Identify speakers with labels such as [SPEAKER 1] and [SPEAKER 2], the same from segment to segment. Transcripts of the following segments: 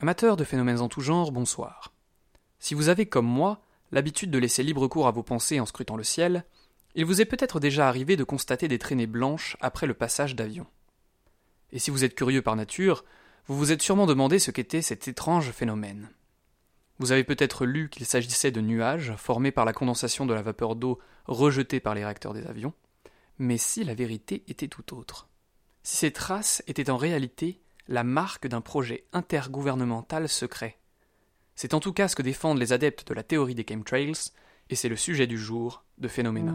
[SPEAKER 1] Amateurs de phénomènes en tout genre, bonsoir. Si vous avez, comme moi, l'habitude de laisser libre cours à vos pensées en scrutant le ciel, il vous est peut-être déjà arrivé de constater des traînées blanches après le passage d'avions. Et si vous êtes curieux par nature, vous vous êtes sûrement demandé ce qu'était cet étrange phénomène. Vous avez peut-être lu qu'il s'agissait de nuages formés par la condensation de la vapeur d'eau rejetée par les réacteurs des avions, mais si la vérité était tout autre Si ces traces étaient en réalité la marque d'un projet intergouvernemental secret C'est en tout cas ce que défendent les adeptes de la théorie des chemtrails, et c'est le sujet du jour de Phénoména.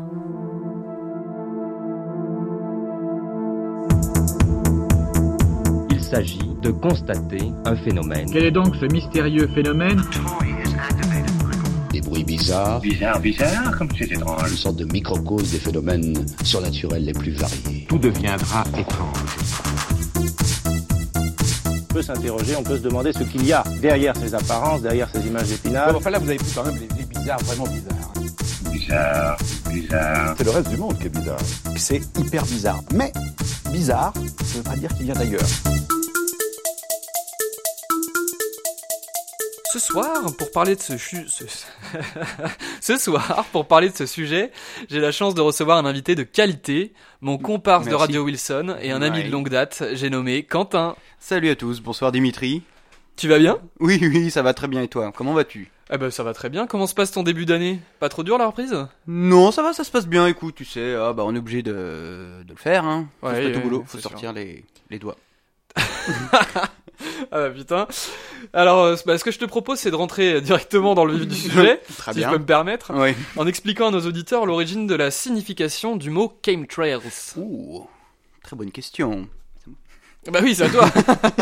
[SPEAKER 2] Il s'agit de constater un phénomène.
[SPEAKER 3] Quel est donc ce mystérieux phénomène
[SPEAKER 4] des bruits bizarres,
[SPEAKER 5] Bizarre, bizarre, comme c'est étrange.
[SPEAKER 4] une sorte de microcosme des phénomènes surnaturels les plus variés.
[SPEAKER 6] tout deviendra étrange.
[SPEAKER 7] On peut s'interroger, on peut se demander ce qu'il y a derrière ces apparences, derrière ces images
[SPEAKER 8] Ah,
[SPEAKER 7] d'épinal.
[SPEAKER 8] enfin là, vous avez vu quand même les, les bizarres, vraiment bizarres.
[SPEAKER 5] Bizarre, bizarre.
[SPEAKER 9] C'est le reste du monde qui est bizarre.
[SPEAKER 10] C'est hyper bizarre. Mais bizarre, ça veut pas dire qu'il vient d'ailleurs.
[SPEAKER 1] Ce soir, pour parler de ce chu- ce- Ce soir, pour parler de ce sujet, j'ai la chance de recevoir un invité de qualité, mon comparse de
[SPEAKER 11] Merci.
[SPEAKER 1] Radio Wilson et un ami de
[SPEAKER 11] Ouais.
[SPEAKER 1] longue date, j'ai nommé Quentin.
[SPEAKER 11] Salut à tous, bonsoir Dimitri.
[SPEAKER 1] Tu vas bien
[SPEAKER 11] Oui, oui, ça va très bien et toi Comment vas-tu
[SPEAKER 1] Eh ben ça va très bien, comment se passe ton début d'année Pas trop dur la reprise
[SPEAKER 11] Non, ça va, ça se passe bien, écoute, tu sais, ah bah on est obligé de, de le faire, hein.
[SPEAKER 1] Ouais,
[SPEAKER 11] c'est pas
[SPEAKER 1] ouais,
[SPEAKER 11] tout boulot, faut
[SPEAKER 1] c'est sûr.
[SPEAKER 11] sortir les, les doigts.
[SPEAKER 1] Ah bah putain. Alors euh, bah, ce que je te propose c'est de rentrer euh, directement dans le vif du sujet,
[SPEAKER 11] Très
[SPEAKER 1] si je
[SPEAKER 11] bien.
[SPEAKER 1] peux me permettre,
[SPEAKER 11] Oui.
[SPEAKER 1] en expliquant à nos auditeurs l'origine de la signification du mot chemtrails.
[SPEAKER 11] Ouh, très bonne question.
[SPEAKER 1] Bah oui, c'est à toi.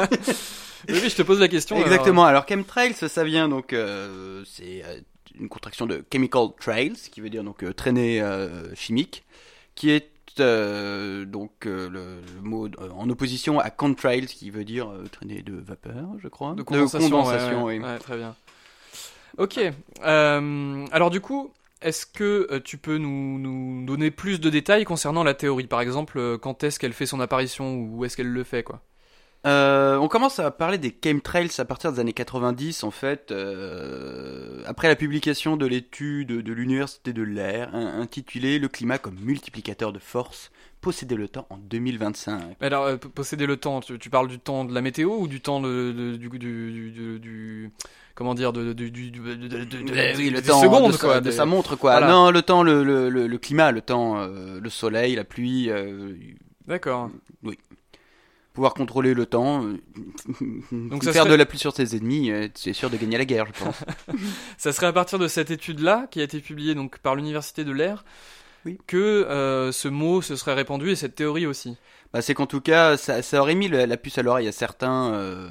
[SPEAKER 1] oui, oui, je te pose la question. euh, alors.
[SPEAKER 11] Exactement, alors chemtrails, ça vient donc, euh, c'est euh, une contraction de chemical trails, qui veut dire donc euh, traînée euh, chimique, qui est euh, donc euh, le, le mot euh, en opposition à contrails, qui veut dire euh, traînée de vapeur, je crois.
[SPEAKER 1] De condensation.
[SPEAKER 11] condensation,
[SPEAKER 1] ouais,
[SPEAKER 11] oui.
[SPEAKER 1] ouais. Ouais, très bien. Ok. euh, alors du coup, est-ce que euh, tu peux nous, nous donner plus de détails concernant la théorie Par exemple, euh, quand est-ce qu'elle fait son apparition ou où est-ce qu'elle le fait quoi
[SPEAKER 11] Euh, on commence à parler des chemtrails à partir des années 90, en fait, euh, après la publication de l'étude de l'Université de l'air in- intitulée Le climat comme multiplicateur de force, posséder le temps en 2025.
[SPEAKER 1] Mais alors, euh, p- posséder le temps, tu, tu parles du temps de la météo ou du temps de, de- du, du, du- du- comment dire, de, du, du, du- de- de- de-
[SPEAKER 11] Eh oui, le
[SPEAKER 1] des
[SPEAKER 11] temps
[SPEAKER 1] secondes,
[SPEAKER 11] de, sa-
[SPEAKER 1] quoi,
[SPEAKER 11] de
[SPEAKER 1] des-
[SPEAKER 11] sa montre, quoi.
[SPEAKER 1] Voilà.
[SPEAKER 11] Non, le temps, le, le, le, le climat, le temps, euh, le soleil, la pluie, euh,
[SPEAKER 1] D'accord.
[SPEAKER 11] pouvoir contrôler le temps, euh,
[SPEAKER 1] ça
[SPEAKER 11] faire
[SPEAKER 1] serait-
[SPEAKER 11] de la pluie sur ses ennemis, euh, c'est sûr de gagner la guerre, je pense.
[SPEAKER 1] Ça serait à partir de cette étude-là, qui a été publiée donc par l'université de l'air,
[SPEAKER 11] Oui.
[SPEAKER 1] que euh, ce mot se serait répandu et cette théorie aussi.
[SPEAKER 11] Bah, c'est qu'en tout cas, ça, ça aurait mis le- la puce à l'oreille à certains euh,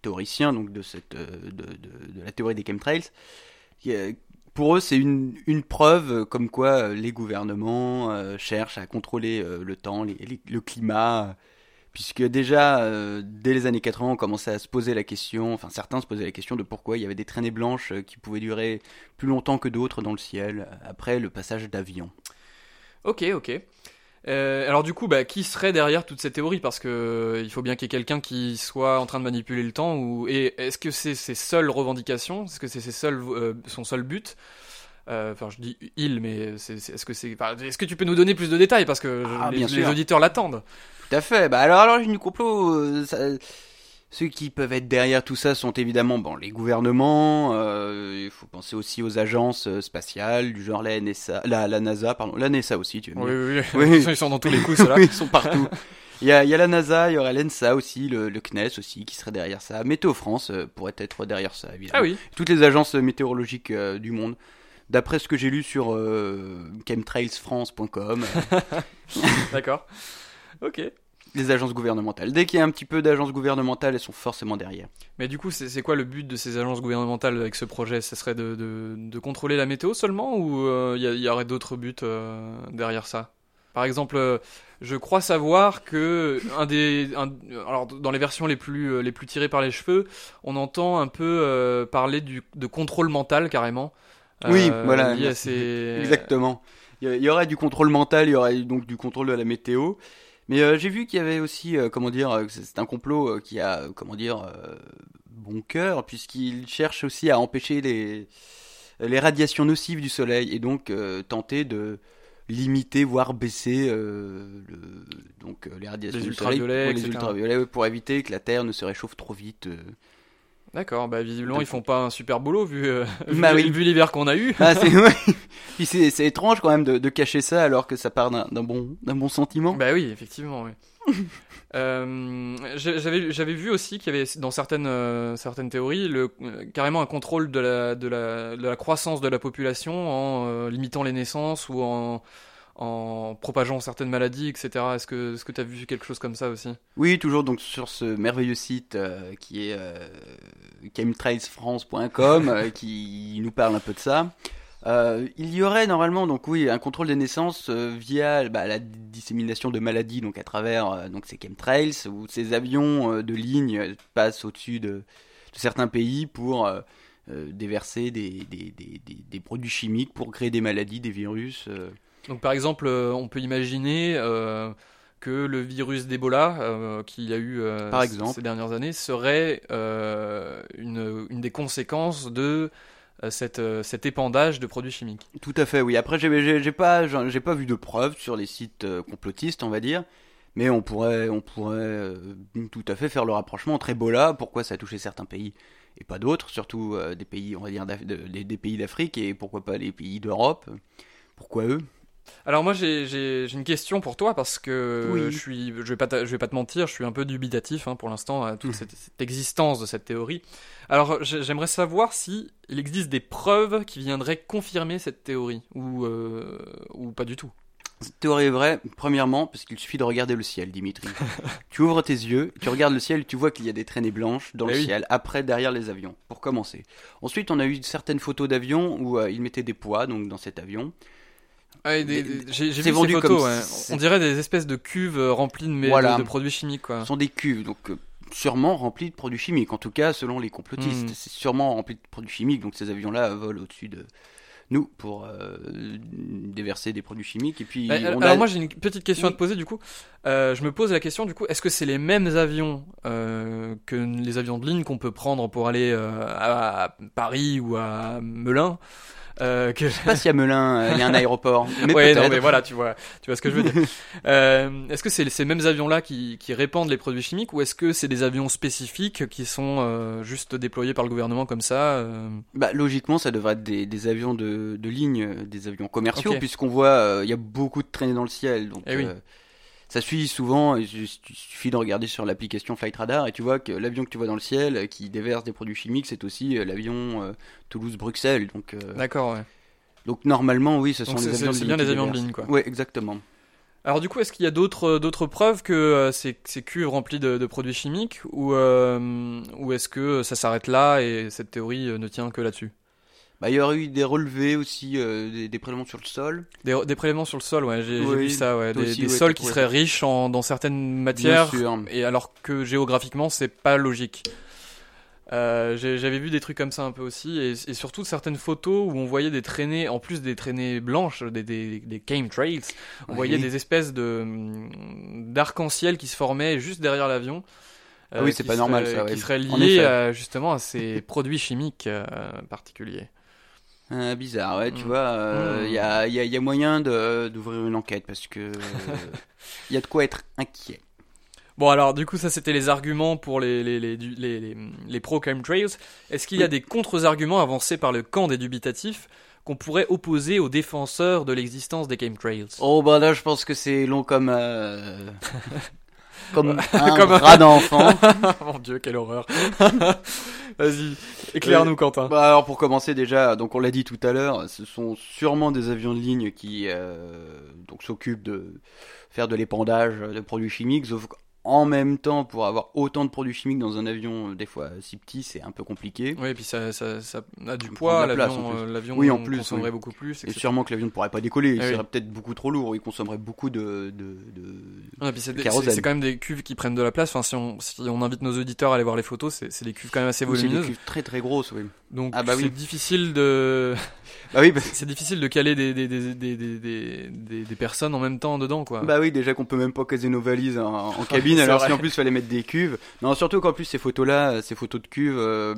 [SPEAKER 11] théoriciens donc de, cette, euh, de, de- de la théorie des chemtrails. qui, euh, Pour eux, c'est une, une preuve euh, comme quoi euh, les gouvernements euh, cherchent à contrôler euh, le temps, les- les- le climat, euh, puisque déjà, euh, dès les années 80, on commençait à se poser la question, enfin certains se posaient la question de pourquoi il y avait des traînées blanches euh, qui pouvaient durer plus longtemps que d'autres dans le ciel, euh, après le passage d'avions.
[SPEAKER 1] Ok, ok. Euh, alors du coup, bah, qui serait derrière toute cette théorie Parce que euh, il faut bien qu'il y ait quelqu'un qui soit en train de manipuler le temps. Ou et est-ce que c'est ses seules revendications Est-ce que c'est ses seuls, euh, son seul but Euh, Enfin, je dis il, mais c'est- c'est- est-ce que c'est enfin, Est-ce que tu peux nous donner plus de détails Parce que je-
[SPEAKER 11] Ah,
[SPEAKER 1] les,
[SPEAKER 11] bien
[SPEAKER 1] les
[SPEAKER 11] sûr.
[SPEAKER 1] auditeurs l'attendent.
[SPEAKER 11] Tout à fait. Bah alors, alors du complot, euh, ça- ceux qui peuvent être derrière tout ça sont évidemment bon, les gouvernements. euh, il faut penser aussi aux agences euh, spatiales du genre la NSA, la, la NASA, pardon, la NSA aussi. Tu veux
[SPEAKER 1] Oui,
[SPEAKER 11] dire.
[SPEAKER 1] oui, oui.
[SPEAKER 11] Oui.
[SPEAKER 1] De toute façon, Ils sont dans tous les coups, ceux-là.
[SPEAKER 11] Oui, ils sont partout. Il y, a, il y a la NASA, il y aurait l'ENSA aussi, le, le CNES aussi qui serait derrière ça. Météo France euh, pourrait être derrière ça, évidemment
[SPEAKER 1] Ah oui.
[SPEAKER 11] toutes les agences météorologiques euh, du monde. D'après ce que j'ai lu sur euh, chemtrailsfrance.com, euh,
[SPEAKER 1] D'accord. Ok.
[SPEAKER 11] les agences gouvernementales. Dès qu'il y a un petit peu d'agences gouvernementales, elles sont forcément derrière.
[SPEAKER 1] Mais du coup, c'est c'est quoi le but de ces agences gouvernementales avec ce projet Ce serait de, de- de contrôler la météo seulement ou il y, aurait d'autres buts euh, derrière ça Par exemple, euh, je crois savoir que un des, un- alors dans les versions les plus, euh, les plus tirées par les cheveux, on entend un peu euh, parler du, de contrôle mental carrément. Euh,
[SPEAKER 11] Oui, voilà.
[SPEAKER 1] lié à ces-
[SPEAKER 11] Exactement. Il y- il y aurait du contrôle mental, il y aurait donc du contrôle de la météo. Mais euh, j'ai vu qu'il y avait aussi, euh, comment dire, euh, que c'est c'est un complot euh, qui a, euh, comment dire, euh, bon cœur, puisqu'il cherche aussi à empêcher les, les radiations nocives du soleil et donc euh, tenter de limiter, voire baisser euh, le- donc, euh, les radiations
[SPEAKER 1] Les
[SPEAKER 11] du soleil,
[SPEAKER 1] ultraviolets,
[SPEAKER 11] ouais, les
[SPEAKER 1] etc.
[SPEAKER 11] ultraviolets, ouais, pour éviter que la Terre ne se réchauffe trop vite. euh.
[SPEAKER 1] D'accord, bah visiblement ils font pas un super boulot vu, euh, vu-
[SPEAKER 11] Bah oui.
[SPEAKER 1] vu l'hiver qu'on a eu.
[SPEAKER 11] Ah, c'est ouais. Puis c'est- c'est étrange quand même de, de cacher ça alors que ça part d'un d'un bon, d'un bon sentiment.
[SPEAKER 1] Bah oui, effectivement. oui. Euh, j'ai- j'avais j'avais vu aussi qu'il y avait dans certaines euh, certaines théories le, euh, carrément un contrôle de la, de la de la croissance de la population en euh, limitant les naissances ou en en propageant certaines maladies, etc. Est-ce que est-ce que t'as vu quelque chose comme ça aussi
[SPEAKER 11] Oui, toujours donc sur ce merveilleux site euh, qui est euh, chemtrailsfrance.com euh, qui nous parle un peu de ça. Euh, il y aurait normalement donc oui un contrôle des naissances euh, via bah, la dissémination de maladies donc à travers euh, donc ces chemtrails où ces avions euh, de ligne euh, passent au-dessus de, de certains pays pour euh, euh, déverser des, des, des, des, des produits chimiques pour créer des maladies, des virus. euh.
[SPEAKER 1] Donc par exemple, euh, on peut imaginer euh, que le virus d'Ebola euh, qu'il y a eu euh,
[SPEAKER 11] Par
[SPEAKER 1] c-
[SPEAKER 11] exemple.
[SPEAKER 1] ces dernières années serait euh, une, une des conséquences de euh, cette, euh, cet épandage de produits chimiques.
[SPEAKER 11] Tout à fait, oui. Après, j'ai- j'ai j'ai pas, j'en- j'ai pas vu de preuves sur les sites euh, complotistes, on va dire. Mais on pourrait, on pourrait euh, tout à fait faire le rapprochement entre Ebola, pourquoi ça a touché certains pays et pas d'autres, surtout euh, des pays, on va dire, d'Af- de- des, des pays d'Afrique et pourquoi pas les pays d'Europe. Pourquoi eux
[SPEAKER 1] Alors moi j'ai- j'ai j'ai une question pour toi parce que
[SPEAKER 11] Oui.
[SPEAKER 1] je suis je vais pas ta- je vais pas te mentir je suis un peu dubitatif hein, pour l'instant à
[SPEAKER 11] Mmh.
[SPEAKER 1] toute cette, cette existence de cette théorie. Alors j'ai- j'aimerais savoir si il existe des preuves qui viendraient confirmer cette théorie ou euh, ou pas du tout.
[SPEAKER 11] Cette théorie est vraie, premièrement, parce qu'il suffit de regarder le ciel, Dimitri. tu ouvres tes yeux, tu regardes le ciel, tu vois qu'il y a des traînées blanches dans
[SPEAKER 1] Eh
[SPEAKER 11] le
[SPEAKER 1] oui.
[SPEAKER 11] ciel, après, derrière les avions, pour commencer. Ensuite, on a eu certaines photos d'avions où euh, ils mettaient des poids, donc dans cet avion.
[SPEAKER 1] Ouais, des-
[SPEAKER 11] Des-
[SPEAKER 1] des-
[SPEAKER 11] des-
[SPEAKER 1] j'ai j'ai
[SPEAKER 11] c'est
[SPEAKER 1] vu
[SPEAKER 11] vendu
[SPEAKER 1] ces photos.
[SPEAKER 11] comme
[SPEAKER 1] ouais.
[SPEAKER 11] c'est-
[SPEAKER 1] On dirait des espèces de cuves euh, remplies de, mé-
[SPEAKER 11] Voilà.
[SPEAKER 1] de, de produits chimiques. Quoi.
[SPEAKER 11] Ce sont des cuves, donc euh, sûrement remplies de produits chimiques, en tout cas selon les complotistes.
[SPEAKER 1] Mm.
[SPEAKER 11] C'est sûrement rempli de produits chimiques, donc ces avions-là euh, volent au-dessus de nous pour euh, déverser des produits chimiques. Et puis,
[SPEAKER 1] Bah,
[SPEAKER 11] on
[SPEAKER 1] alors
[SPEAKER 11] a-
[SPEAKER 1] moi j'ai une petite question à
[SPEAKER 11] Oui.
[SPEAKER 1] te poser du coup. Euh, je me pose la question du coup, est-ce que c'est les mêmes avions euh, que les avions de ligne qu'on peut prendre pour aller euh, à Paris ou à Melun euh, que...
[SPEAKER 11] je sais pas si à Melun, euh, il y a un aéroport. Mais
[SPEAKER 1] ouais, non,
[SPEAKER 11] peut-être.
[SPEAKER 1] mais voilà, tu vois, tu vois ce que je veux dire. Euh, est-ce que c'est ces mêmes avions-là qui, qui répandent les produits chimiques ou est-ce que c'est des avions spécifiques qui sont euh, juste déployés par le gouvernement comme ça euh,
[SPEAKER 11] Bah, logiquement, ça devrait être des, des avions de, de ligne, euh, des avions commerciaux,
[SPEAKER 1] Ok.
[SPEAKER 11] puisqu'on voit, euh, il y a beaucoup de traînées dans le ciel. Donc,
[SPEAKER 1] Eh oui.
[SPEAKER 11] euh, ça suit souvent, il su- il suffit de regarder sur l'application Flight Radar et tu vois que l'avion que tu vois dans le ciel euh, qui déverse des produits chimiques, c'est aussi euh, l'avion euh, Toulouse-Bruxelles. Donc, euh,
[SPEAKER 1] D'accord, ouais.
[SPEAKER 11] donc, normalement, oui, ce sont
[SPEAKER 1] Donc
[SPEAKER 11] les
[SPEAKER 1] c'est-
[SPEAKER 11] avions
[SPEAKER 1] c'est- c'est
[SPEAKER 11] de
[SPEAKER 1] bien
[SPEAKER 11] ligne.
[SPEAKER 1] les
[SPEAKER 11] qui
[SPEAKER 1] avions de
[SPEAKER 11] déversent.
[SPEAKER 1] ligne, quoi.
[SPEAKER 11] Ouais, exactement.
[SPEAKER 1] Alors du coup, est-ce qu'il y a d'autres d'autres preuves que euh, ces, ces cuves remplies de, de produits chimiques ou euh, ou est-ce que ça s'arrête là et cette théorie euh, ne tient que là-dessus
[SPEAKER 11] Bah, il y aurait eu des relevés aussi, euh, des, des prélèvements sur le sol.
[SPEAKER 1] des, des prélèvements sur le sol, ouais, j'ai j'ai
[SPEAKER 11] Oui,
[SPEAKER 1] vu ça, ouais,
[SPEAKER 11] toi
[SPEAKER 1] des,
[SPEAKER 11] aussi,
[SPEAKER 1] des
[SPEAKER 11] ouais,
[SPEAKER 1] sols
[SPEAKER 11] t'as
[SPEAKER 1] qui
[SPEAKER 11] trouvé
[SPEAKER 1] seraient
[SPEAKER 11] ça.
[SPEAKER 1] riches en, dans certaines matières
[SPEAKER 11] Bien sûr.
[SPEAKER 1] et alors que géographiquement c'est pas logique. Euh, j'ai- J'avais vu des trucs comme ça un peu aussi, et, et surtout certaines photos où on voyait des traînées, en plus des traînées blanches, des, des, des chemtrails, on
[SPEAKER 11] Oui.
[SPEAKER 1] voyait des espèces de mm, d'arc-en-ciel qui se formaient juste derrière l'avion. Euh,
[SPEAKER 11] Ah oui, c'est
[SPEAKER 1] qui
[SPEAKER 11] pas normal,
[SPEAKER 1] seraient-
[SPEAKER 11] ça, ouais.
[SPEAKER 1] Qui seraient
[SPEAKER 11] En
[SPEAKER 1] liés
[SPEAKER 11] effet.
[SPEAKER 1] à, justement à ces produits chimiques euh, particuliers.
[SPEAKER 11] Euh, bizarre, ouais, tu
[SPEAKER 1] Mm.
[SPEAKER 11] vois, il
[SPEAKER 1] Mm.
[SPEAKER 11] y, a, y a- y a moyen de- d'ouvrir une enquête parce que il y a de quoi être inquiet.
[SPEAKER 1] Bon alors du coup ça c'était les arguments pour les les les du- les, les, les pro chemtrails. Est-ce qu'il y a
[SPEAKER 11] Oui.
[SPEAKER 1] des contre-arguments avancés par le camp des dubitatifs qu'on pourrait opposer aux défenseurs de l'existence des chemtrails
[SPEAKER 11] Oh bah là, je pense que c'est long comme euh, comme un
[SPEAKER 1] Comme un-
[SPEAKER 11] bras d'enfant.
[SPEAKER 1] Mon dieu quelle horreur. Vas-y éclaire-nous Quentin.
[SPEAKER 11] Bah alors pour commencer déjà, donc on l'a dit tout à l'heure, ce sont sûrement des avions de ligne qui euh, donc s'occupent de faire de l'épandage de produits chimiques, sauf qu'en même temps pour avoir autant de produits chimiques dans un avion, des fois si petit, c'est un peu compliqué.
[SPEAKER 1] Oui puis ça ça, ça a du
[SPEAKER 11] Ça
[SPEAKER 1] poids
[SPEAKER 11] prend de la place, en
[SPEAKER 1] l'avion
[SPEAKER 11] plus.
[SPEAKER 1] euh, l'avion
[SPEAKER 11] Oui, en plus,
[SPEAKER 1] consommerait
[SPEAKER 11] oui.
[SPEAKER 1] beaucoup plus.
[SPEAKER 11] Et
[SPEAKER 1] etc.
[SPEAKER 11] sûrement que l'avion ne pourrait pas décoller, il
[SPEAKER 1] Ah oui.
[SPEAKER 11] serait peut-être beaucoup trop lourd, il consommerait beaucoup de, de, de-
[SPEAKER 1] Ouais, Ah, puis c'est
[SPEAKER 11] le
[SPEAKER 1] des- c'est
[SPEAKER 11] kérosène.
[SPEAKER 1] c'est quand même des cuves qui prennent de la place. Enfin si on si on invite nos auditeurs à aller voir les photos c'est c'est des cuves quand même assez
[SPEAKER 11] Oui, c'est des
[SPEAKER 1] volumineuses.
[SPEAKER 11] cuves très très grosses, oui.
[SPEAKER 1] Donc
[SPEAKER 11] Ah bah
[SPEAKER 1] c'est
[SPEAKER 11] oui.
[SPEAKER 1] difficile de
[SPEAKER 11] Bah oui, bah,
[SPEAKER 1] C'est difficile de caler des, des, des, des, des, des, des- des personnes en même temps dedans, quoi.
[SPEAKER 11] bah oui, déjà qu'on peut même pas caser nos valises en, en cabine, T'imagines alors
[SPEAKER 1] c'est
[SPEAKER 11] si en
[SPEAKER 1] vrai.
[SPEAKER 11] plus il fallait mettre des cuves. Non, surtout qu'en plus ces photos-là, euh, ces photos de cuves, euh,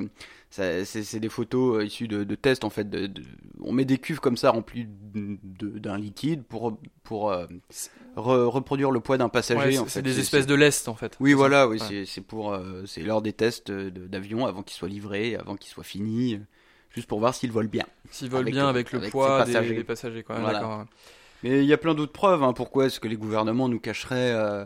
[SPEAKER 11] ça- c'est c'est des photos euh, issues de, de tests en fait. de- de- on met des cuves comme ça remplies de- d'un liquide pour pour euh, re- reproduire le poids d'un passager.
[SPEAKER 1] Ouais,
[SPEAKER 11] en
[SPEAKER 1] c'est
[SPEAKER 11] fait.
[SPEAKER 1] c'est des espèces de lest en fait.
[SPEAKER 11] Oui,
[SPEAKER 1] C'est
[SPEAKER 11] voilà,
[SPEAKER 1] ça.
[SPEAKER 11] oui,
[SPEAKER 1] Ouais.
[SPEAKER 11] c'est- c'est pour, euh, c'est lors des tests euh, de- d'avion avant qu'ils soient livrés, avant qu'ils soient finis, euh, juste pour voir s'ils volent bien.
[SPEAKER 1] S'ils veulent
[SPEAKER 11] avec,
[SPEAKER 1] bien
[SPEAKER 11] euh,
[SPEAKER 1] avec le
[SPEAKER 11] avec
[SPEAKER 1] poids
[SPEAKER 11] ses
[SPEAKER 1] des
[SPEAKER 11] passagers.
[SPEAKER 1] des passagers. quoi. Ouais,
[SPEAKER 11] Voilà.
[SPEAKER 1] d'accord, ouais.
[SPEAKER 11] Mais il y a plein d'autres preuves. hein, pourquoi est-ce que les gouvernements nous cacheraient euh,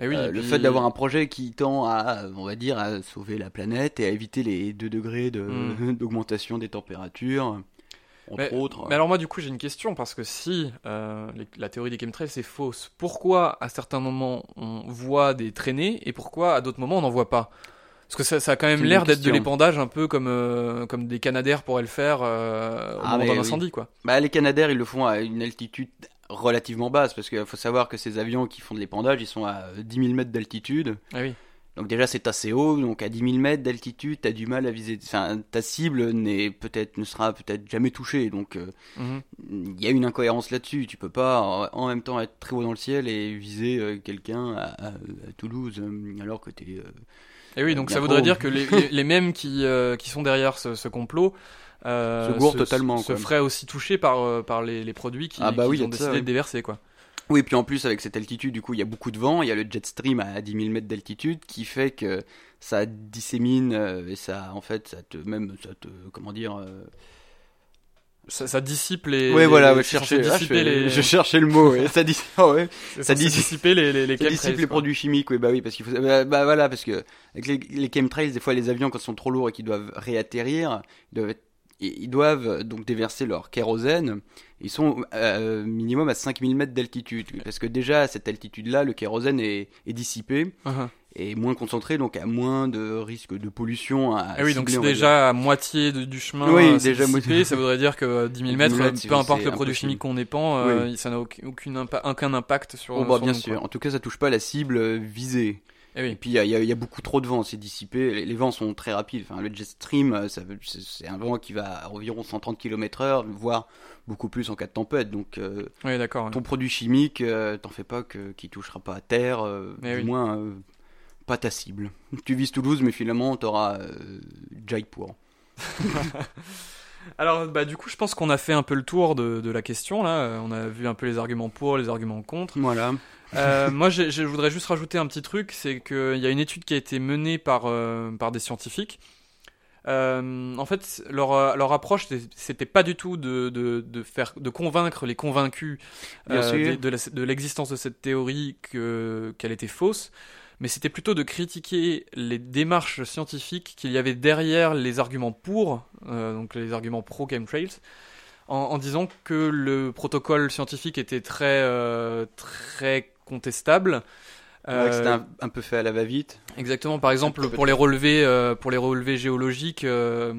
[SPEAKER 1] Eh oui,
[SPEAKER 11] euh,
[SPEAKER 1] et
[SPEAKER 11] le
[SPEAKER 1] puis-
[SPEAKER 11] fait d'avoir un projet qui tend à, euh, on va dire, à sauver la planète et à éviter les 2 degrés de-
[SPEAKER 1] Mm.
[SPEAKER 11] d'augmentation des températures, entre autres.
[SPEAKER 1] Mais alors moi du coup j'ai une question parce que si euh, les- la théorie des chemtrails c'est fausse, pourquoi à certains moments on voit des traînées et pourquoi à d'autres moments on n'en voit pas Parce que ça, ça a quand
[SPEAKER 11] C'est
[SPEAKER 1] même
[SPEAKER 11] une
[SPEAKER 1] l'air d'être de
[SPEAKER 11] question.
[SPEAKER 1] l'épandage un peu comme euh, comme des canadaires pourraient le faire euh, au
[SPEAKER 11] Ah,
[SPEAKER 1] moment
[SPEAKER 11] mais
[SPEAKER 1] d'un
[SPEAKER 11] oui.
[SPEAKER 1] incendie quoi.
[SPEAKER 11] Bah, les Canadaires, ils le font à une altitude relativement basse, parce qu'il faut savoir que ces avions qui font de l'épandage, ils sont à euh, 10 000 mètres d'altitude.
[SPEAKER 1] Ah oui.
[SPEAKER 11] Donc déjà c'est assez haut, donc à 10 000 mètres d'altitude, t'as du mal à viser, enfin ta cible n'est peut-être ne sera peut-être jamais touchée, donc euh,
[SPEAKER 1] Mhm.
[SPEAKER 11] il y a une incohérence là-dessus. Tu peux pas en, en même temps être très haut dans le ciel et viser euh, quelqu'un à, à- à Toulouse euh, alors que t'es. euh,
[SPEAKER 1] Et oui donc
[SPEAKER 11] Bien
[SPEAKER 1] ça voudrait
[SPEAKER 11] pro.
[SPEAKER 1] dire que les, les- les mêmes qui euh, qui sont derrière ce, ce complot euh,
[SPEAKER 11] Se gourrent totalement,
[SPEAKER 1] se
[SPEAKER 11] quoi.
[SPEAKER 1] feraient aussi toucher par euh, par les, les produits qui,
[SPEAKER 11] Ah bah
[SPEAKER 1] qu'ils
[SPEAKER 11] oui, y a
[SPEAKER 1] ont
[SPEAKER 11] de ça,
[SPEAKER 1] décidé
[SPEAKER 11] ouais.
[SPEAKER 1] de déverser quoi.
[SPEAKER 11] Oui, puis en plus avec cette altitude, du coup, il y a beaucoup de vent, il y a le jet stream à 10 000 mètres d'altitude qui fait que ça dissémine euh, et ça, en fait, ça te même, ça te, comment dire. euh,
[SPEAKER 1] Ça, ça dissipe les.
[SPEAKER 11] Ouais,
[SPEAKER 1] les-
[SPEAKER 11] voilà,
[SPEAKER 1] les-
[SPEAKER 11] ouais, je
[SPEAKER 1] c'est censé
[SPEAKER 11] cherchais, ah, je,
[SPEAKER 1] dissiper les-
[SPEAKER 11] je cherchais le mot. ouais, ça dis- ah ouais.
[SPEAKER 1] c'est
[SPEAKER 11] ça
[SPEAKER 1] censé
[SPEAKER 11] dis-
[SPEAKER 1] dissiper les les, les
[SPEAKER 11] Ça dissipe
[SPEAKER 1] chemtrails,
[SPEAKER 11] les
[SPEAKER 1] quoi.
[SPEAKER 11] produits chimiques, oui, bah oui, parce qu'il faut. Bah, bah voilà, parce que avec les, les chemtrails, des fois, les avions, quand ils sont trop lourds et qu'ils doivent réatterrir, ils doivent, être- ils ils doivent euh, donc déverser leur kérosène. Ils sont euh, minimum à 5000 mètres d'altitude, parce que déjà, à cette altitude-là, le kérosène est, est dissipé
[SPEAKER 1] Uh-huh.
[SPEAKER 11] et moins concentré, donc à moins de risque de pollution. À
[SPEAKER 1] Ah oui, donc
[SPEAKER 11] cibler,
[SPEAKER 1] c'est
[SPEAKER 11] on va
[SPEAKER 1] déjà à moitié de- du chemin
[SPEAKER 11] Oui,
[SPEAKER 1] euh, c'est
[SPEAKER 11] déjà
[SPEAKER 1] dissipé,
[SPEAKER 11] moitié.
[SPEAKER 1] ça voudrait dire que euh, 10 000 mètres,
[SPEAKER 11] 10 000 mètres,
[SPEAKER 1] peu importe
[SPEAKER 11] c'est
[SPEAKER 1] le produit
[SPEAKER 11] impossible.
[SPEAKER 1] chimique qu'on épand, euh, ça n'a aucun, aucune impa- aucun impact sur.
[SPEAKER 11] dire. Bon, bah,
[SPEAKER 1] sur
[SPEAKER 11] bien
[SPEAKER 1] nous, quoi.
[SPEAKER 11] sûr. En tout cas, ça touche pas la cible euh, visée.
[SPEAKER 1] Eh
[SPEAKER 11] Et
[SPEAKER 1] oui.
[SPEAKER 11] puis il y, a- il y a- il y a beaucoup trop de vent, c'est dissipé, les, les vents sont très rapides. Enfin, le jet stream, euh, ça veut- c'est c'est un vent qui va à environ 130 km/h, voire beaucoup plus en cas de tempête. Donc euh,
[SPEAKER 1] Oui, d'accord. ouais.
[SPEAKER 11] ton produit chimique, euh, t'en fais pas que qui touchera pas à terre, euh,
[SPEAKER 1] Eh
[SPEAKER 11] du
[SPEAKER 1] oui.
[SPEAKER 11] moins euh, pas ta cible. Tu vises Toulouse, mais finalement t'auras euh, Jaipur.
[SPEAKER 1] Alors, bah, du coup, je pense qu'on a fait un peu le tour de, de la question là. Euh, On a vu un peu les arguments pour, les arguments contre.
[SPEAKER 11] Voilà.
[SPEAKER 1] Euh, moi, j'ai- je voudrais juste rajouter un petit truc, c'est qu'il y a une étude qui a été menée par, euh, par des scientifiques. Euh, en fait, leur, euh, leur approche, c'était- c'était pas du tout de, de, de, faire, de convaincre les convaincus euh,
[SPEAKER 11] Bien sûr.
[SPEAKER 1] des- de, la- de l'existence de cette théorie que- qu'elle était fausse, mais c'était plutôt de critiquer les démarches scientifiques qu'il y avait derrière les arguments pour, euh, donc les arguments pro-chemtrails, en, en disant que le protocole scientifique était très, euh, très contestable.
[SPEAKER 11] C'est vrai que
[SPEAKER 1] Euh,
[SPEAKER 11] C'était un, un peu fait à la va-vite.
[SPEAKER 1] Exactement. Par exemple,
[SPEAKER 11] petit peu
[SPEAKER 1] pour les relevés, euh, pour les relevés géologiques, euh,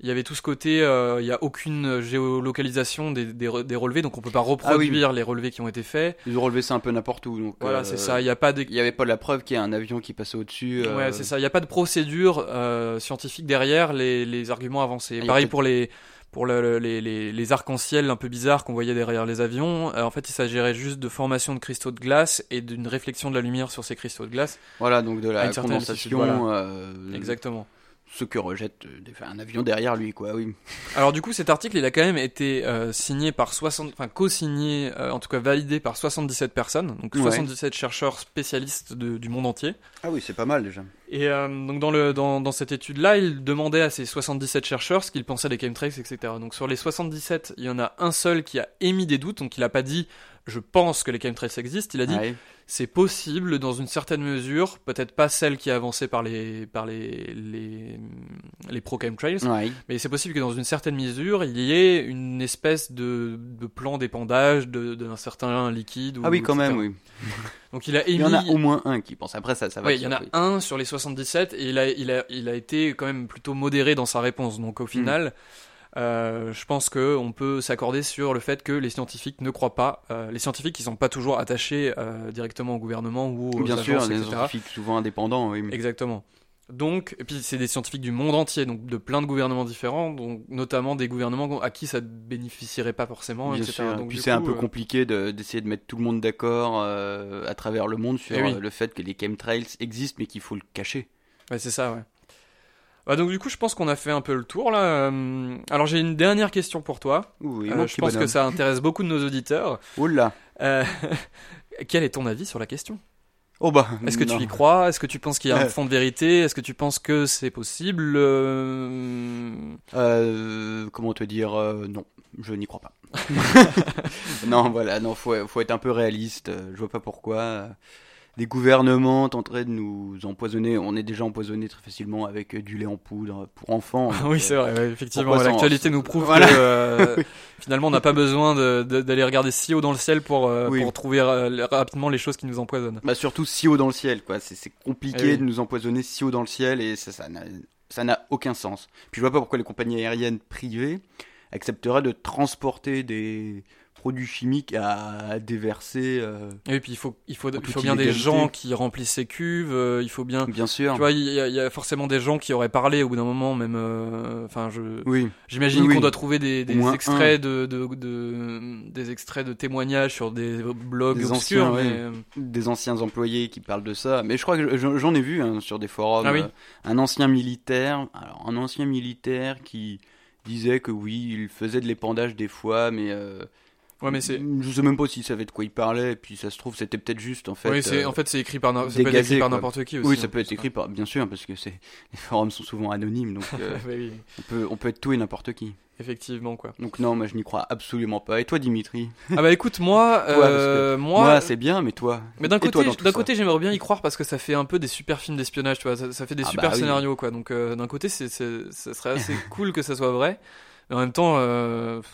[SPEAKER 1] il y avait tout ce côté. euh, Il n'y a aucune géolocalisation des, des, re- des relevés, donc on peut pas
[SPEAKER 11] Ah
[SPEAKER 1] reproduire les relevés qui ont été faits.
[SPEAKER 11] Ils ont relevé ça un peu n'importe où. Donc,
[SPEAKER 1] Voilà,
[SPEAKER 11] euh,
[SPEAKER 1] c'est ça. Il n'y a pas de
[SPEAKER 11] Il n'y avait pas la preuve qu'il y a un avion qui passait au-dessus. euh,
[SPEAKER 1] Ouais, c'est ça. Il n'y a pas de procédure euh, scientifique derrière les, les arguments avancés.
[SPEAKER 11] Ah, y a
[SPEAKER 1] Pareil
[SPEAKER 11] peut-être-
[SPEAKER 1] pour les pour le- le- les, les, les arcs-en-ciel un peu bizarres qu'on voyait derrière les avions. Euh, en fait, il s'agirait juste de formation de cristaux de glace et d'une réflexion de la lumière sur ces cristaux de glace.
[SPEAKER 11] Voilà, donc de
[SPEAKER 1] À
[SPEAKER 11] la
[SPEAKER 1] une certaine altitude,
[SPEAKER 11] condensation.
[SPEAKER 1] voilà.
[SPEAKER 11] euh,
[SPEAKER 1] Exactement.
[SPEAKER 11] ce que rejette euh, des- enfin, un avion derrière lui, quoi, oui.
[SPEAKER 1] Alors du coup, cet article, il a quand même été euh, signé par 60, enfin co-signé, euh, en tout cas validé par 77 personnes, donc
[SPEAKER 11] Ouais.
[SPEAKER 1] 77 chercheurs spécialistes de- du monde entier.
[SPEAKER 11] Ah oui, c'est pas mal déjà.
[SPEAKER 1] Et euh, donc dans, le, dans, dans cette étude-là, il demandait à ces 77 chercheurs ce qu'ils pensaient des chemtrails, etc. Donc sur les 77, il y en a un seul qui a émis des doutes, donc il n'a pas dit « je pense que les chemtrails existent », il a dit c'est possible dans une certaine mesure, peut-être pas celle qui est avancée par les, par les, les, les pro-chemtrails, mais c'est possible que dans une certaine mesure, il y ait une espèce de, de plan d'épandage de- d'un certain liquide. Ou,
[SPEAKER 11] Ah oui, quand
[SPEAKER 1] etc.
[SPEAKER 11] même, oui.
[SPEAKER 1] Donc il a émis.
[SPEAKER 11] Il y en a au moins un qui pense. Après, ça, ça va.
[SPEAKER 1] Ouais,
[SPEAKER 11] qui-
[SPEAKER 1] il y en a
[SPEAKER 11] oui.
[SPEAKER 1] un sur les 77 et il a, il, a, il a été quand même plutôt modéré dans sa réponse. Donc au
[SPEAKER 11] Hmm.
[SPEAKER 1] final, euh, je pense qu'on peut s'accorder sur le fait que les scientifiques ne croient pas. euh, les scientifiques, ils sont pas toujours attachés euh, directement au gouvernement ou aux
[SPEAKER 11] Bien sûr,
[SPEAKER 1] agences,
[SPEAKER 11] les
[SPEAKER 1] etc.
[SPEAKER 11] scientifiques souvent indépendants, oui.
[SPEAKER 1] Exactement. Donc, et puis c'est des scientifiques du monde entier, donc de plein de gouvernements différents, donc notamment des gouvernements à qui ça ne bénéficierait pas forcément,
[SPEAKER 11] Bien
[SPEAKER 1] etc.
[SPEAKER 11] sûr.
[SPEAKER 1] Donc,
[SPEAKER 11] Puis
[SPEAKER 1] du
[SPEAKER 11] c'est un
[SPEAKER 1] coup,
[SPEAKER 11] peu
[SPEAKER 1] euh,
[SPEAKER 11] compliqué de- d'essayer de, mettre tout le monde d'accord euh, à travers le monde sur
[SPEAKER 1] Eh oui.
[SPEAKER 11] euh, le fait que les chemtrails existent mais qu'il faut le cacher.
[SPEAKER 1] Ouais, c'est ça, ouais. Bah, donc du coup, je pense qu'on a fait un peu le tour là. Euh, Alors j'ai une dernière question pour toi.
[SPEAKER 11] Oui,
[SPEAKER 1] Euh, je pense que ça intéresse beaucoup de nos auditeurs.
[SPEAKER 11] Oh là
[SPEAKER 1] Euh, Quel est ton avis sur la question
[SPEAKER 11] Oh bah
[SPEAKER 1] Est-ce que tu
[SPEAKER 11] non.
[SPEAKER 1] y crois Est-ce que tu penses qu'il y a un
[SPEAKER 11] Euh.
[SPEAKER 1] fond de vérité Est-ce que tu penses que c'est possible Euh,
[SPEAKER 11] Euh, Comment te dire euh, Non, je n'y crois pas. non, voilà, non, faut, faut être un peu réaliste. euh, Je vois pas pourquoi. euh, Des gouvernements tenteraient de nous empoisonner. On est déjà empoisonné très facilement avec euh, du lait en poudre pour enfants.
[SPEAKER 1] Ah
[SPEAKER 11] donc,
[SPEAKER 1] Oui,
[SPEAKER 11] euh,
[SPEAKER 1] c'est vrai, ouais, effectivement.
[SPEAKER 11] pourquoi
[SPEAKER 1] L'actualité
[SPEAKER 11] sans-
[SPEAKER 1] nous prouve
[SPEAKER 11] Voilà.
[SPEAKER 1] que euh, finalement, on n'a pas besoin de- de- d'aller regarder si haut dans le ciel pour, euh,
[SPEAKER 11] Oui.
[SPEAKER 1] pour trouver euh, le- rapidement les choses qui nous empoisonnent.
[SPEAKER 11] Bah surtout si haut dans le ciel, quoi. C'est c'est compliqué
[SPEAKER 1] Eh oui.
[SPEAKER 11] de nous empoisonner si haut dans le ciel et ça, ça n'a- ça n'a aucun sens. Puis je vois pas pourquoi les compagnies aériennes privées accepteraient de transporter des produits chimiques à déverser, euh,
[SPEAKER 1] Et puis, il faut, il faut,
[SPEAKER 11] En
[SPEAKER 1] il
[SPEAKER 11] toute
[SPEAKER 1] faut bien des
[SPEAKER 11] illégalité.
[SPEAKER 1] gens qui remplissent ces cuves, euh, il faut bien...
[SPEAKER 11] bien sûr.
[SPEAKER 1] Tu vois, il y, a- il y a forcément des gens qui auraient parlé au bout d'un moment, même... euh, Enfin, je...
[SPEAKER 11] oui,
[SPEAKER 1] J'imagine
[SPEAKER 11] Oui, oui.
[SPEAKER 1] qu'on doit trouver des, des
[SPEAKER 11] Au moins
[SPEAKER 1] extraits de, de, de- des extraits de témoignages sur des blogs
[SPEAKER 11] Des
[SPEAKER 1] obscurs,
[SPEAKER 11] anciens,
[SPEAKER 1] mais
[SPEAKER 11] oui.
[SPEAKER 1] euh,
[SPEAKER 11] des anciens employés qui parlent de ça. Mais je crois que je- j'en ai vu hein, sur des forums
[SPEAKER 1] Ah oui.
[SPEAKER 11] euh, un ancien militaire, alors un ancien militaire qui disait que oui, il faisait de l'épandage des fois, mais euh,
[SPEAKER 1] ouais, mais c'est,
[SPEAKER 11] Je sais même pas s'il savait de quoi il parlait, et puis ça se trouve, c'était peut-être juste en fait.
[SPEAKER 1] oui, c'est,
[SPEAKER 11] euh,
[SPEAKER 1] en fait, c'est écrit par, no- ça peut être
[SPEAKER 11] dégazé,
[SPEAKER 1] écrit par
[SPEAKER 11] quoi.
[SPEAKER 1] n'importe qui aussi.
[SPEAKER 11] oui,
[SPEAKER 1] hein,
[SPEAKER 11] ça peut être
[SPEAKER 1] c'est
[SPEAKER 11] écrit par. Bien sûr, parce que c'est les forums sont souvent anonymes, donc euh,
[SPEAKER 1] Oui, oui,
[SPEAKER 11] on, peut, on peut être tout et n'importe qui.
[SPEAKER 1] effectivement quoi.
[SPEAKER 11] Donc non, moi je n'y crois absolument pas. Et toi, Dimitri
[SPEAKER 1] Ah bah écoute, moi,
[SPEAKER 11] Toi, parce que
[SPEAKER 1] euh, moi,
[SPEAKER 11] Moi, c'est bien, mais toi
[SPEAKER 1] mais d'un
[SPEAKER 11] Et toi
[SPEAKER 1] côté,
[SPEAKER 11] dans tout
[SPEAKER 1] d'un
[SPEAKER 11] ça
[SPEAKER 1] côté, j'aimerais bien y croire parce que ça fait un peu des super films d'espionnage, tu vois, ça, ça fait des
[SPEAKER 11] Ah
[SPEAKER 1] super
[SPEAKER 11] bah oui.
[SPEAKER 1] scénarios quoi. Donc euh, d'un côté, c'est, c'est- ça serait assez cool que ça soit vrai, mais en même temps, euh, pff,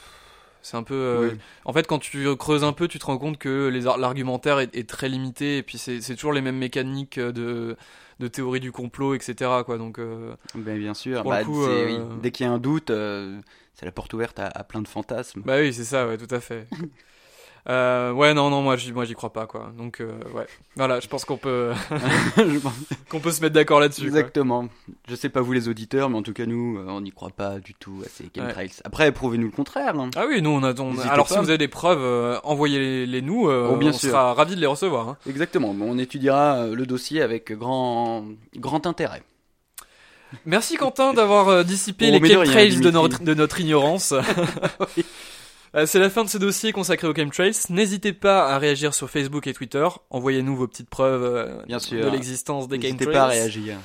[SPEAKER 1] c'est un peu. euh,
[SPEAKER 11] Oui.
[SPEAKER 1] En fait, quand tu creuses un peu, tu te rends compte que les ar- l'argumentaire est, est très limité et puis c'est, c'est toujours les mêmes mécaniques euh, de, de théorie du complot, etc. quoi. Donc euh,
[SPEAKER 11] Ben, bien sûr.
[SPEAKER 1] Pour le
[SPEAKER 11] Bah,
[SPEAKER 1] coup,
[SPEAKER 11] c'est-
[SPEAKER 1] euh,
[SPEAKER 11] oui, Dès qu'il y a un doute, euh, c'est la porte ouverte à, à plein de fantasmes.
[SPEAKER 1] bah oui, c'est ça, ouais, tout à fait. Euh, ouais, non, non, moi, j'y- moi, j'y crois pas quoi. Donc euh, ouais, voilà, je pense qu'on peut.
[SPEAKER 11] Je pense-
[SPEAKER 1] qu'on peut se mettre d'accord là-dessus. quoi.
[SPEAKER 11] Exactement. Je sais pas vous les auditeurs, mais en tout cas nous, euh, on n'y croit pas du tout à ces chemtrails. Après, prouvez-nous le contraire. hein.
[SPEAKER 1] Ah oui, nous on a. on-
[SPEAKER 11] N'hésitez
[SPEAKER 1] Alors si
[SPEAKER 11] pas.
[SPEAKER 1] vous avez des preuves, euh, envoyez-les nous. euh,
[SPEAKER 11] Oh, bien
[SPEAKER 1] on
[SPEAKER 11] sûr.
[SPEAKER 1] sera ravis de les recevoir. hein.
[SPEAKER 11] Exactement, mais on étudiera euh, le dossier avec grand, grand intérêt.
[SPEAKER 1] Merci Quentin d'avoir euh, dissipé
[SPEAKER 11] Oh,
[SPEAKER 1] les
[SPEAKER 11] mais de rien,
[SPEAKER 1] chemtrails de,
[SPEAKER 11] Dimitri.
[SPEAKER 1] notre, de notre ignorance. Euh, C'est la fin de ce dossier consacré aux chemtrails. N'hésitez pas à réagir sur Facebook et Twitter. Envoyez-nous vos petites preuves euh,
[SPEAKER 11] Bien
[SPEAKER 1] de
[SPEAKER 11] sûr.
[SPEAKER 1] l'existence des
[SPEAKER 11] N'hésitez
[SPEAKER 1] chemtrails.
[SPEAKER 11] pas à réagir.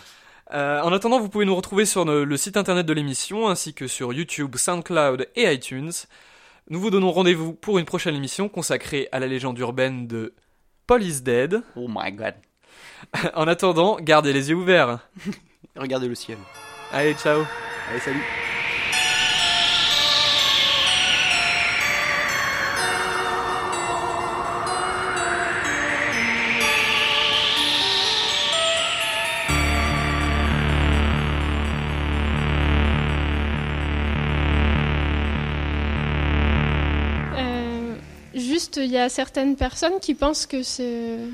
[SPEAKER 1] Euh, en attendant, vous pouvez nous retrouver sur le, le site internet de l'émission, ainsi que sur YouTube, SoundCloud et iTunes. Nous vous donnons rendez-vous pour une prochaine émission consacrée à la légende urbaine de Paul is Dead.
[SPEAKER 11] Oh my god.
[SPEAKER 1] En attendant, gardez les yeux ouverts.
[SPEAKER 11] Regardez le ciel.
[SPEAKER 1] Allez, ciao
[SPEAKER 11] Allez, salut.
[SPEAKER 9] Euh, juste, il y a certaines personnes qui pensent que, ce-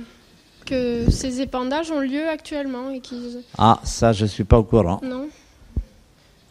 [SPEAKER 9] que ces épandages ont lieu actuellement et qu'ils.
[SPEAKER 12] Ah, ça, je suis pas au courant.
[SPEAKER 9] Non